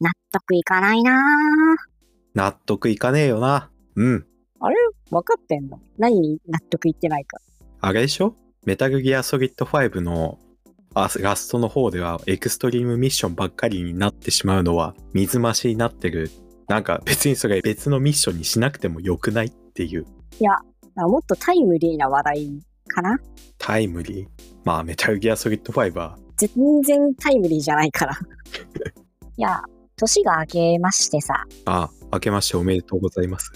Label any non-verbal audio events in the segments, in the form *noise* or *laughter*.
納得いかないなぁ。納得いかねえよな。うん。あれ分かってんの何に納得いってないか。あれでしょメタルギアソリッド5のあラストの方ではエクストリームミッションばっかりになってしまうのは水増しになってる。なんか別にそれ別のミッションにしなくてもよくないっていうあもっとタイムリーな話題かなタイムリー。まあメタルギアソリッド5は全然タイムリーじゃ *laughs* ないから。いや、年が明けましてさ、あ、明けましておめでとうございます。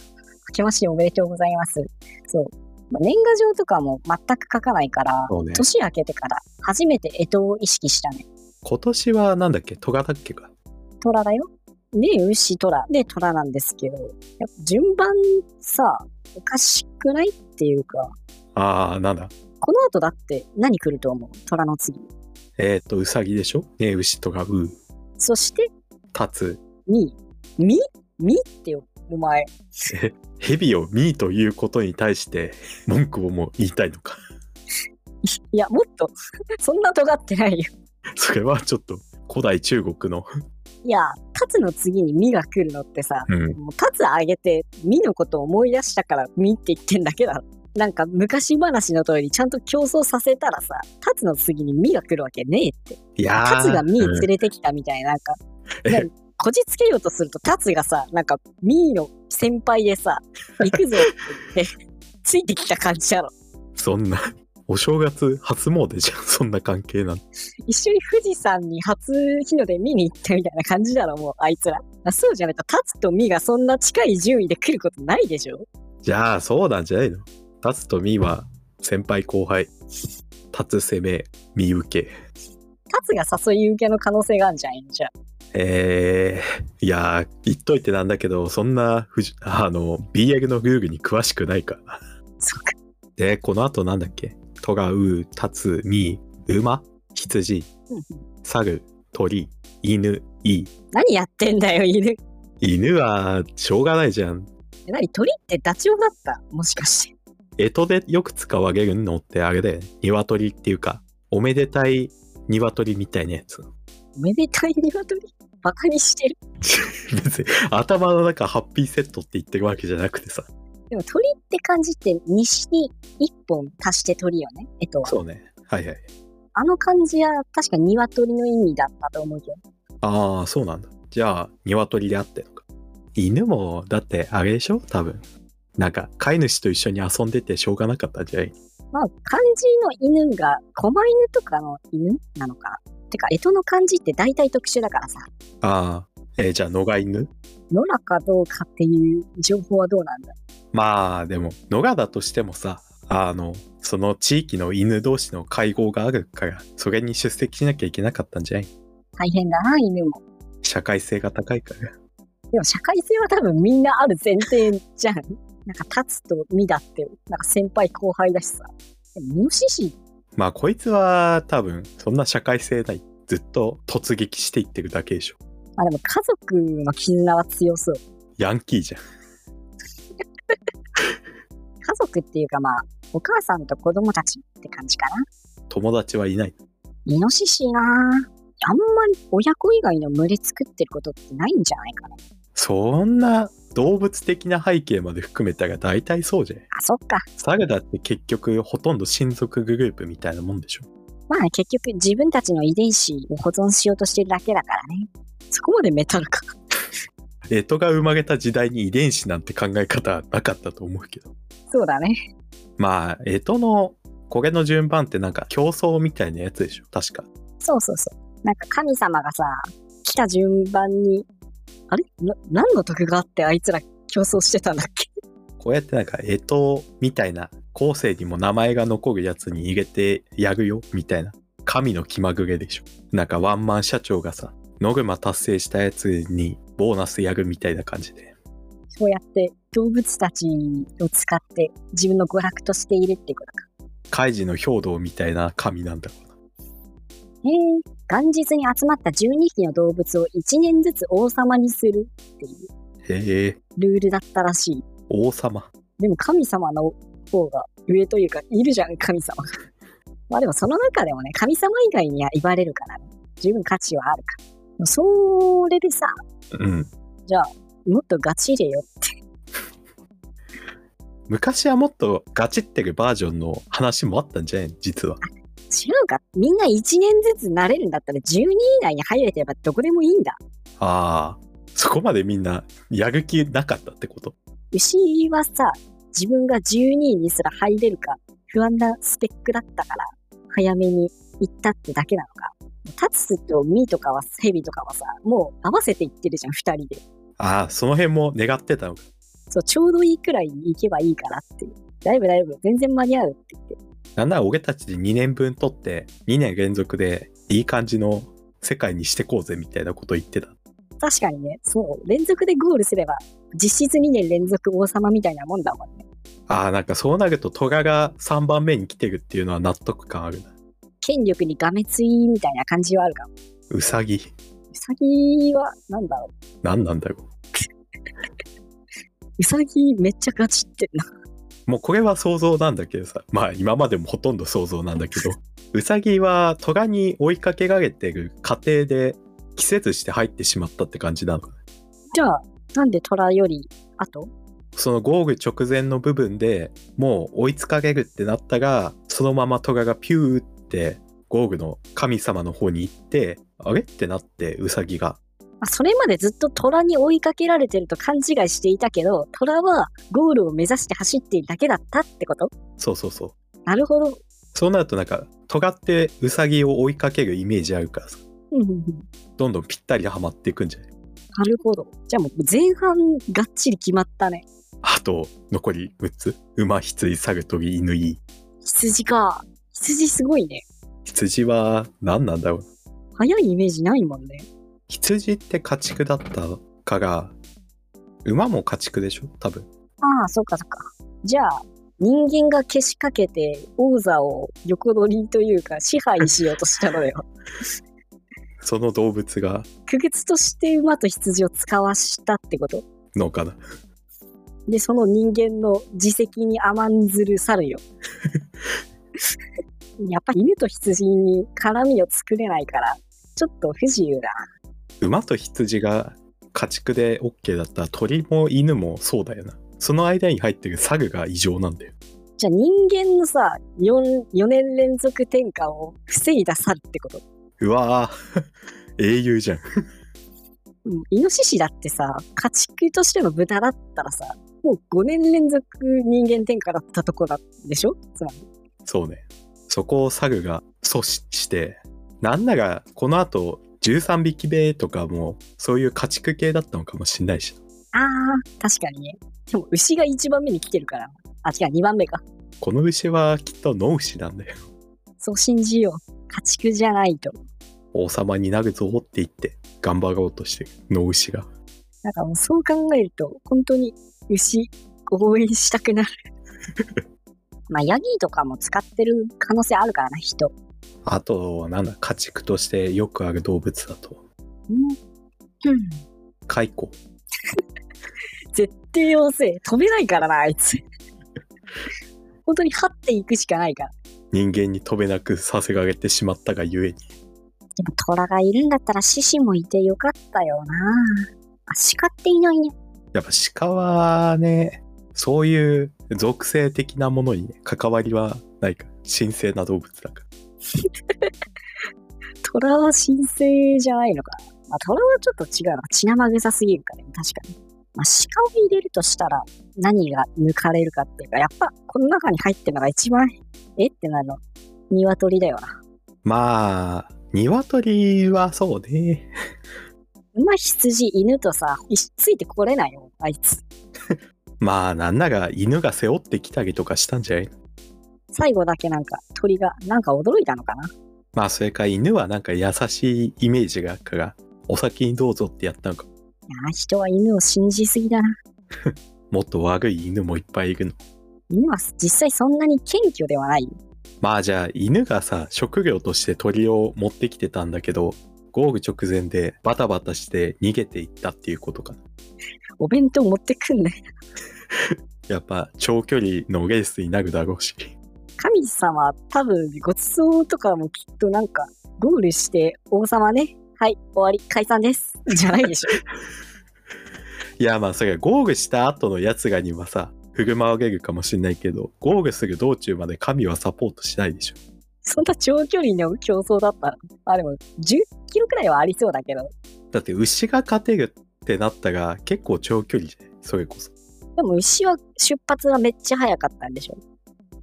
明けましておめでとうございます。そう。まあ年賀状とかも全く書かないから、そうね。年明けてから初めて干支を意識したね。今年はなんだっけトガだっけか。虎だよ。で、牛虎で虎なんですけど、やっぱ順番さ、おかしくないっていうか、ああ、なんだ。この後だって何来ると思う虎の次。えっ、と、うさぎでしょねえ、牛とか、う、そして、たつ。み、み、みってよ、お前。 *laughs* ヘビをミーということに対して文句をもう言いたいのか。 *laughs* いや、もっと、 *laughs* そんな尖ってないよ。それはちょっと古代中国の。いや、タツの次にみが来るのってさ、うん。もうタツあげてミのことを思い出したからミって言ってんだけだろなんか昔話の通りちゃんと競争させたらさタツの次にミが来るわけねえっていやー。タツがミ連うんれてきたみたいななんかえなんかこじつけようとするとタツがさなんかミの先輩でさ行くぞって言って *laughs* ついてきた感じやろそんな、 *laughs* お正月初詣じゃん。 *laughs* そんな関係なんて。一緒に富士山に初日の出見に行ったみたいな感じだろもうあいつらあそうじゃないとタツとミがそんな近い順位で来ることないでしょじゃあ、そうなんじゃないのたつとミーは先輩後輩。たつ攻め、ミー受け。タツが誘い受けの可能性があるじゃん、じゃあ。えー、いやー、言っといてなんだけど、そんなふじ、あの、BL のルールに詳しくないから。そっか。で、この後なんだっけトガウ、タツ、ミ、馬、羊、猿、鳥、犬、イ。何やってんだよ、犬。え犬は、しょうがないじゃん。何、鳥ってダチョウだったもしかして。干支でよく使われるのってあれだよね。鶏っていうか、おめでたい鶏みたいなやつ。 *laughs* おめでたい鶏バカにしてる。別に、頭の中ハッピーセットって言ってるわけじゃなくてさ。でも鳥って感じって西に一本足して鳥よね。えっと、そうね。はいはい。あの漢字は確か鶏の意味だったと思うけど。ああ、そうなんだ。じゃあ、鶏であってんのか。犬も、だって、あれでしょ多分。なんか、飼い主と一緒に遊んでてしょうがなかったんじゃないまあ、漢字の犬が狛犬とかの犬なのかな。てか、干支の漢字って大体特殊だからさ、ああ、えーじゃあ、野良犬野良かどうかっていう情報はどうなんだまあ、でも、野良だとしてもさ、あの、その地域の犬同士の会合があるから、それに出席しなきゃいけなかったんじゃない大変だな、犬も。社会性が高いから。でも社会性は多分みんなある前提じゃん。 *laughs* なんか、立つとみだって、なんか先輩後輩だしさ。でもイノシシ、まあ、こいつは、多分、そんな社会性ない。ずっと突撃していってるだけでしょ。あ、でも家族の絆は強そう。ヤンキーじゃん。家族っていうかまあ、お母さんと子供たちって感じかな。友達はいない。イノシシなぁあんまり親子以外の群れ作ってることってないんじゃないかな。そんな動物的な背景まで含めたが大体そうじゃん。あ、そっか。サルだって結局ほとんど親族グループみたいなもんでしょ。まあ結局自分たちの遺伝子を保存しようとしてるだけだからね。そこまでメタルか。エトが生まれた時代に遺伝子なんて考え方はなかったと思うけど。そうだね。まあ、エトのこれの順番ってなんか競争みたいなやつでしょ。確か。そうそうそう。なんか神様がさ、来た順番に、あれな何の徳があってあいつら競争してたんだっけこうやってなんかエトみたいな後世にも名前が残るやつに入れてやるよみたいな神の気まぐれでしょなんかワンマン社長がさノグマ達成したやつにボーナスやるみたいな感じでそうやって動物たちを使って自分の娯楽としているってことか。カイジの兵道みたいな神なんだろうなへえ、元日に集まった12匹の動物を1年ずつ王様にするっていうへえルールだったらしい。王様でも神様の方が上というかいるじゃん、神様が。 *laughs* まあでもその中でもね、神様以外には言われるからね。十分価値はあるか。それでさ、うん。もっとガチ入れよって。昔はもっとガチってるバージョンの話もあったんじゃない実は。違うかみんな1年ずつなれるんだったら12以内に入れてればどこでもいいんだ。ああ。そこまでみんなやる気なかったってこと牛はさ、自分が12位にすら入れるか、不安なスペックだったから、早めに行ったってだけなのか。タツとミーとかは、ヘビとかはさ、もう合わせて行ってるじゃん、二人で。ああ、その辺も願ってたのか。そう、ちょうどいいくらいに行けばいいからっていう。だいぶだいぶ、全然間に合うって言って。なんなら俺たちで2年分取って、2年連続でいい感じの世界にしてこうぜみたいなこと言ってた。確かにね、そう、連続でゴールすれば、実質2年連続王様みたいなもんだもんね。ああ、なんかそうなるとトガが3番目に来てるっていうのは納得感あるな。権力にがめついみたいな感じはあるかも。うさぎ。ウサギは、なんだろ何なんだろう。ウサギめっちゃガチってんな。う。もうこれは想像なんだけどさ。まあ今までもほとんど想像なんだけど。うさぎはトガに追いかけられてる過程で季節して入ってしまったって感じなのかな。じゃあ、なんで虎より後そのゴール直前の部分でもう追いつかれるってなったが、そのままトガがピューってゴールの神様の方に行って、あれってなってウサギが。あそれまでずっと虎に追いかけられてると勘違いしていたけど、虎はゴールを目指して走っているだけだったってことそうそうそう。なるほど。そうなるとなんか、トガってウサギを追いかけるイメージあるからさ、うんうんうんどんどんぴったりはまっていくんじゃないなるほど。じゃあもう前半がっちり決まったね。あと、残り6つ。馬、羊、猿、鳥、犬、いい。羊か。羊すごいね。羊は何なんだろう。早いイメージないもんね。羊って家畜だったから、馬も家畜でしょ多分。ああ、そっかそっか。じゃあ、人間がけしかけて王座を横取りというか支配しようとしたのよ。その動物が区別として馬と羊を使わしたってことのかな。で、その人間の自責に甘んずる猿よ。やっぱ犬と羊に絡みを作れないから、ちょっと不自由だ。馬と羊が家畜で OK だったら鳥も犬もそうだよな。その間に入ってるサグが異常なんだよ。じゃあ人間のさ、4, 4年連続転換を防いだ猿ってこと、うわぁ、 *laughs* 英雄じゃん。うん、イノシシだってさ、家畜としての豚だったらさ、もう5年連続人間転換だったとこなんでしょつまり。そうね。そこをサグが阻止して、なんならこの後13匹目とかもそういう家畜系だったのかもしんないし。あー、確かにね。でも牛が1番目に来てるから。あ、違う、2番目か。この牛はきっと野牛なんだよ。そう信じよう。家畜じゃないと。王様になるぞって言って頑張ろうとしてる野牛が。なんかもうそう考えると、本当に牛、応援したくなる。 *laughs* まあ、ヤギとかも使ってる可能性あるからな、人。あとはなんだ、家畜としてよくある動物だと、うん。蚕。絶対要請。飛べないからな、あい *laughs* つ。本当に這っていくしかないから。人間に飛べなくさせられてしまったがゆえに。でも、虎がいるんだったら獅子もいてよかったよな。あ、鹿っていないね。やっぱ鹿はね、そういう属性的なものにね、関わりはないから。神聖な動物だから。虎は神聖じゃないのかな。まあ、虎はちょっと違うのか。血生臭すぎるからね、確かに。まあ、鹿を入れるとしたら、何が抜かれるかっていうか、やっぱ、この中に入ってるのが一番、えってなるの。鶏だよな。まあ、鶏はそうね。まあ、羊、犬とさ、いついてこれないよ、あいつ。まあ、なんなら犬が背負ってきたりとかしたんじゃない最後だけなんか、鳥が、なんか驚いたのかな。まあ、それか犬はなんか優しいイメージがあるから、お先にどうぞってやったのか。いやー人は犬を信じすぎだな。もっと悪い犬もいっぱいいるの。犬は実際そんなに謙虚ではない。まあじゃあ犬がさ職業として鳥を持ってきてたんだけどゴール直前でバタバタして逃げていったっていうことかなお弁当持ってくんね。やっぱ長距離のレースになるだろうし神様、多分ごちそうとかもきっとなんか、ゴールして王様ね、はい、終わり、解散です。じゃないでしょ。いやまあそれがゴールした後のやつらにはさ振る舞われるかもしんないけどゴールする道中まで神はサポートしないでしょ *laughs* そんな長距離の競争だったら。あ、でも、10キロくらいはありそうだけど。だって牛が勝てるってなったら結構長距離じゃないそれこそでも、牛は出発がめっちゃ早かったんでしょ。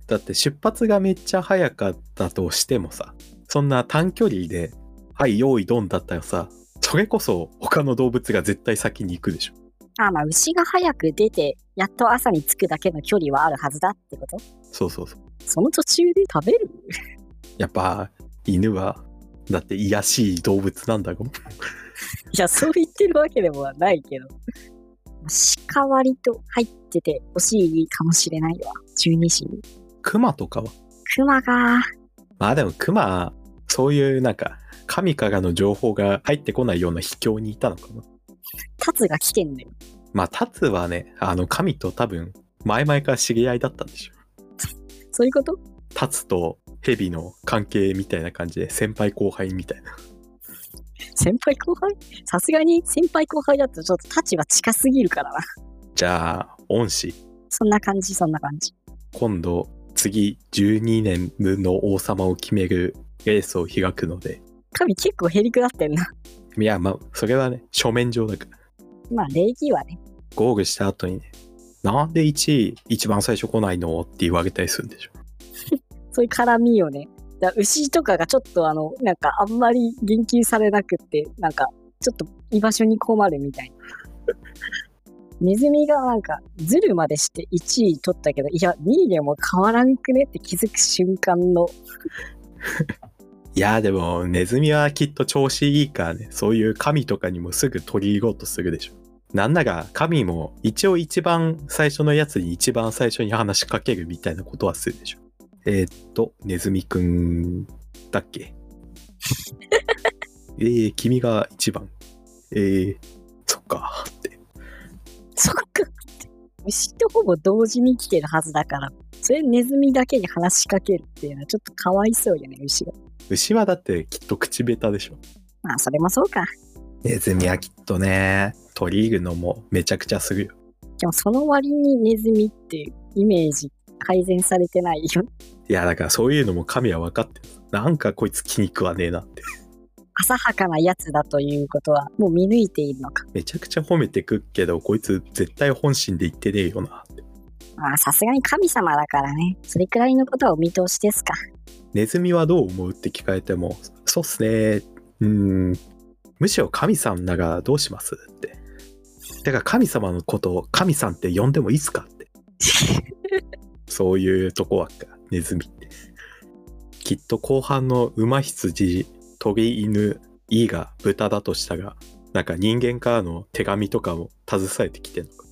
だって出発がめっちゃ早かったとしてもさそんな短距離で「はい用意ドン」だったらさそれこそ他の動物が絶対先に行くでしょあ、まあ、牛が早く出て、やっと朝に着くだけの距離はあるはずだってことそうそうそうその途中で食べる *laughs* やっぱ犬はだって癒やしい動物なんだろいや、そう言ってるわけでもないけど。鹿割と入ってて欲しいかもしれないわ。十二神。熊とかは熊が、まあでも熊そういうなんか神からの情報が入ってこないような秘境にいたのかな立つが来てんのよ。まあタツはねあの神と多分前々から知り合いだったんでしょそういうことタツと蛇の関係みたいな感じで先輩後輩みたいな先輩後輩さすがに先輩後輩だとちょっと立場近すぎるからな。じゃあ恩師そんな感じ、そんな感じ。今度次12年分の王様を決めるレースを開くので神結構へりくだってんな。いやまあそれはね書面上だからまあ、礼儀はね。ゴールした後にねなんで1位一番最初来ないのって言われたりするんでしょそういう絡みよね。だから牛とかがちょっとあの、なんかあんまり言及されなくって、なんかちょっと居場所に困るみたいな。ネズミがなんかズルまでして1位取ったけど、いや、2位でも変わらんくねって気づく瞬間の、いやでもネズミはきっと調子いいからねそういう神とかにもすぐ取り入ろうとするでしょなんなら神も一応一番最初のやつに一番最初に話しかけるみたいなことはするでしょえーっとネズミくんだっ *laughs* けえー、君が一番えー、そっかって *laughs* そっかって。牛とほぼ同時に来てるはずだから、それネズミだけに話しかけるっていうのはちょっとかわいそうよね、牛が。牛はだってきっと口下手でしょまあ、それもそうか。ネズミはきっとね取り入るのもめちゃくちゃするよでもその割にネズミっていうイメージ改善されてないよ。 *laughs* いやだからそういうのも神は分かってるなんかこいつ気に食わねえなって浅はかなやつだということはもう見抜いているのか。めちゃくちゃ褒めてくっけどこいつ絶対本心で言ってねえよなってまあさすがに神様だからね。それくらいのことはお見通しですか。ネズミはどう思うって聞かれてもそうっすねうーんむしろ神さんならどうしますってだから神様のことを神さんって呼んでもいいっすかってそういうとこはっかネズミってきっと後半の馬羊鳥犬イが豚だとしたがなんか人間からの手紙とかも携えてきてんのか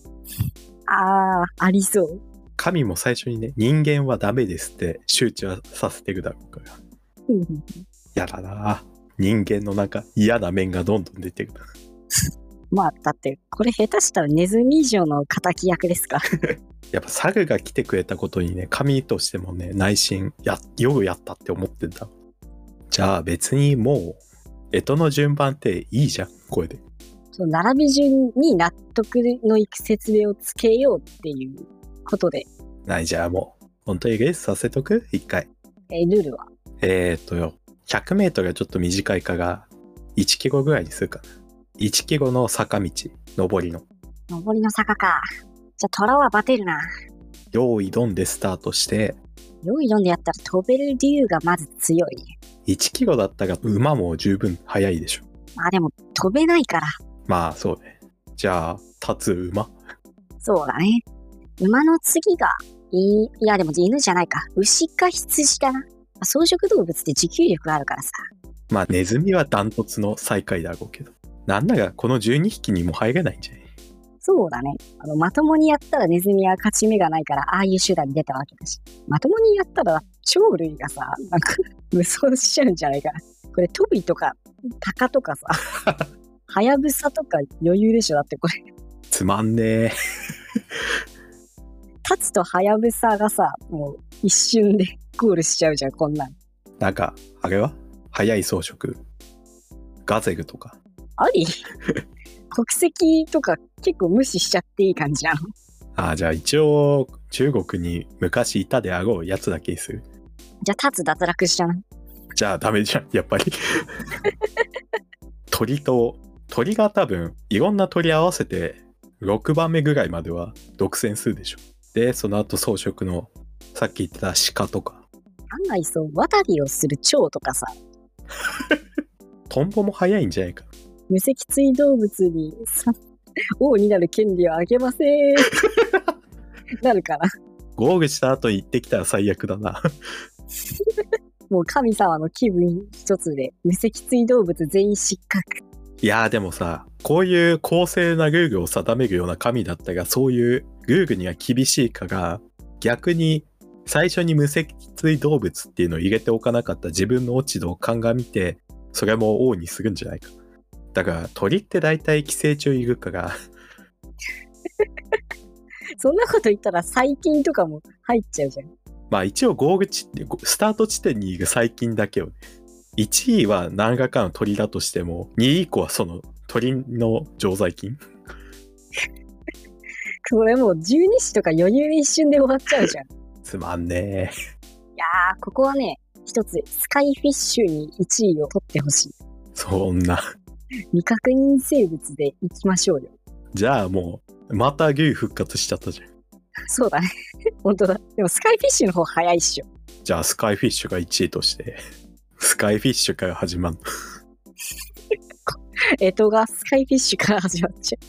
ああ、ありそう。神も最初にね人間はダメですって周知はさせてるだろうからうんうんやだなあ人間のなんか嫌な面がどんどん出てくるまあだってこれ下手したらネズミ以上の敵役ですか。やっぱ猿が来てくれたことにね神としてもね内心やよくやったって思ってんだじゃあ別にもう干支の順番っていいじゃんこれでその並び順に納得のいく説明をつけようっていうことで、ないじゃあもう本当にレースさせとく一回えールールは。えー、っとよ 100m がちょっと短いかが1キロぐらいにするかな1キロの坂道上りの上りの坂か。じゃあ虎はバテるな。用意ドンでスタートして用意読んでやったら飛べる理由がまず強いね。 1キロだったら馬も十分速いでしょまあでも飛べないから。まあそうねじゃあ立つ馬そうだね。馬の次が、いいやでも犬じゃないか。牛か羊だな。草食動物って持久力があるからさ。まあネズミはダントツの最下位だろうけどなんならこの12匹にも入れないんじゃないそうだね。あの、まともにやったらネズミは勝ち目がないから、ああいう手段に出たわけだし。まともにやったら、鳥類がさ、なんか、 *laughs* 無双しちゃうんじゃないかな。これ、トビとか、タカとかさ、ハヤブサとか余裕でしょ。だってこれ、つまんねえタツとハヤブサがさ、もう一瞬で *laughs* ゴールしちゃうじゃん、こんなん。なんかあれは速い装飾ガゼルとか。あり国籍とか結構無視しちゃっていい感じなのああ、じゃあ一応、中国に昔いたであろうやつだけにする。じゃあ、立つ脱落しちゃうのじゃあダメじゃん、やっぱり。鳥と、鳥が多分、いろんな鳥合わせて、6番目ぐらいまでは独占するでしょ。で、その後装飾の、さっき言ってた鹿とか、案外そう、渡りをする蝶とかさ、トンボも早いんじゃないか。無脊椎動物にさ王になる権利をあげませ *laughs* ん。なるかな。ゴールした後に行ってきたら最悪だな。もう神様の気分一つで、無脊椎動物全員失格。いやーでもさ、こういう公正なルールを定めるような神だったが、そういうルールには厳しいから、逆に最初に無脊椎動物っていうのを入れておかなかった自分の落ち度を鑑みて、それも王にするんじゃないか。だから鳥って大体寄生虫いるから、 *laughs* そんなこと言ったら細菌とかも入っちゃうじゃん。まあ一応ゴール地点、スタート地点にいる細菌だけをね、1位は何らかの鳥だとしても、2位以降はその鳥の常在菌これもう十二支とか余裕一瞬で終わっちゃうじゃん。いつまんねやー、ここはね、一つ、スカイフィッシュに1位を取ってほしい。え。そんな。未確認生物でいきましょうよ。じゃあもう、また牛復活しちゃったじゃん。そうだね。本当だ。でもスカイフィッシュの方早いっしょ。じゃあスカイフィッシュが1位として、 *laughs* スカイフィッシュから始まる。えとがスカイフィッシュから始まっちゃ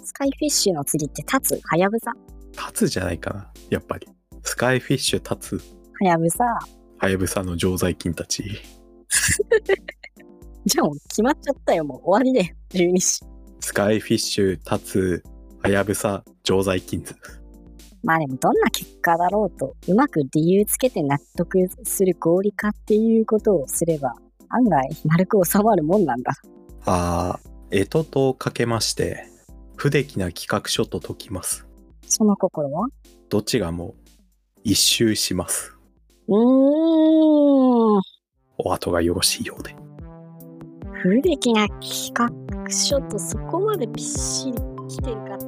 う。スカイフィッシュの次って立つ、はやぶさ。立つじゃないかな、やっぱり。スカイフィッシュ立はつ、やぶさ。はやぶさの常在菌たち。じゃあもう決まっちゃったよ。もう終わりだよ。十二支。スカイフィッシュ立つ、はやぶさ、常在菌図。まあでもどんな結果だろうと、うまく理由つけて納得する合理化っていうことをすれば、案外丸く収まるもんなんだ。あー、えととかけまして、不出来な企画書と解きます。その心はどちらも一周します。うーん。お後がよろしいようで。不出来な企画書とそこまでびっしり来てるかって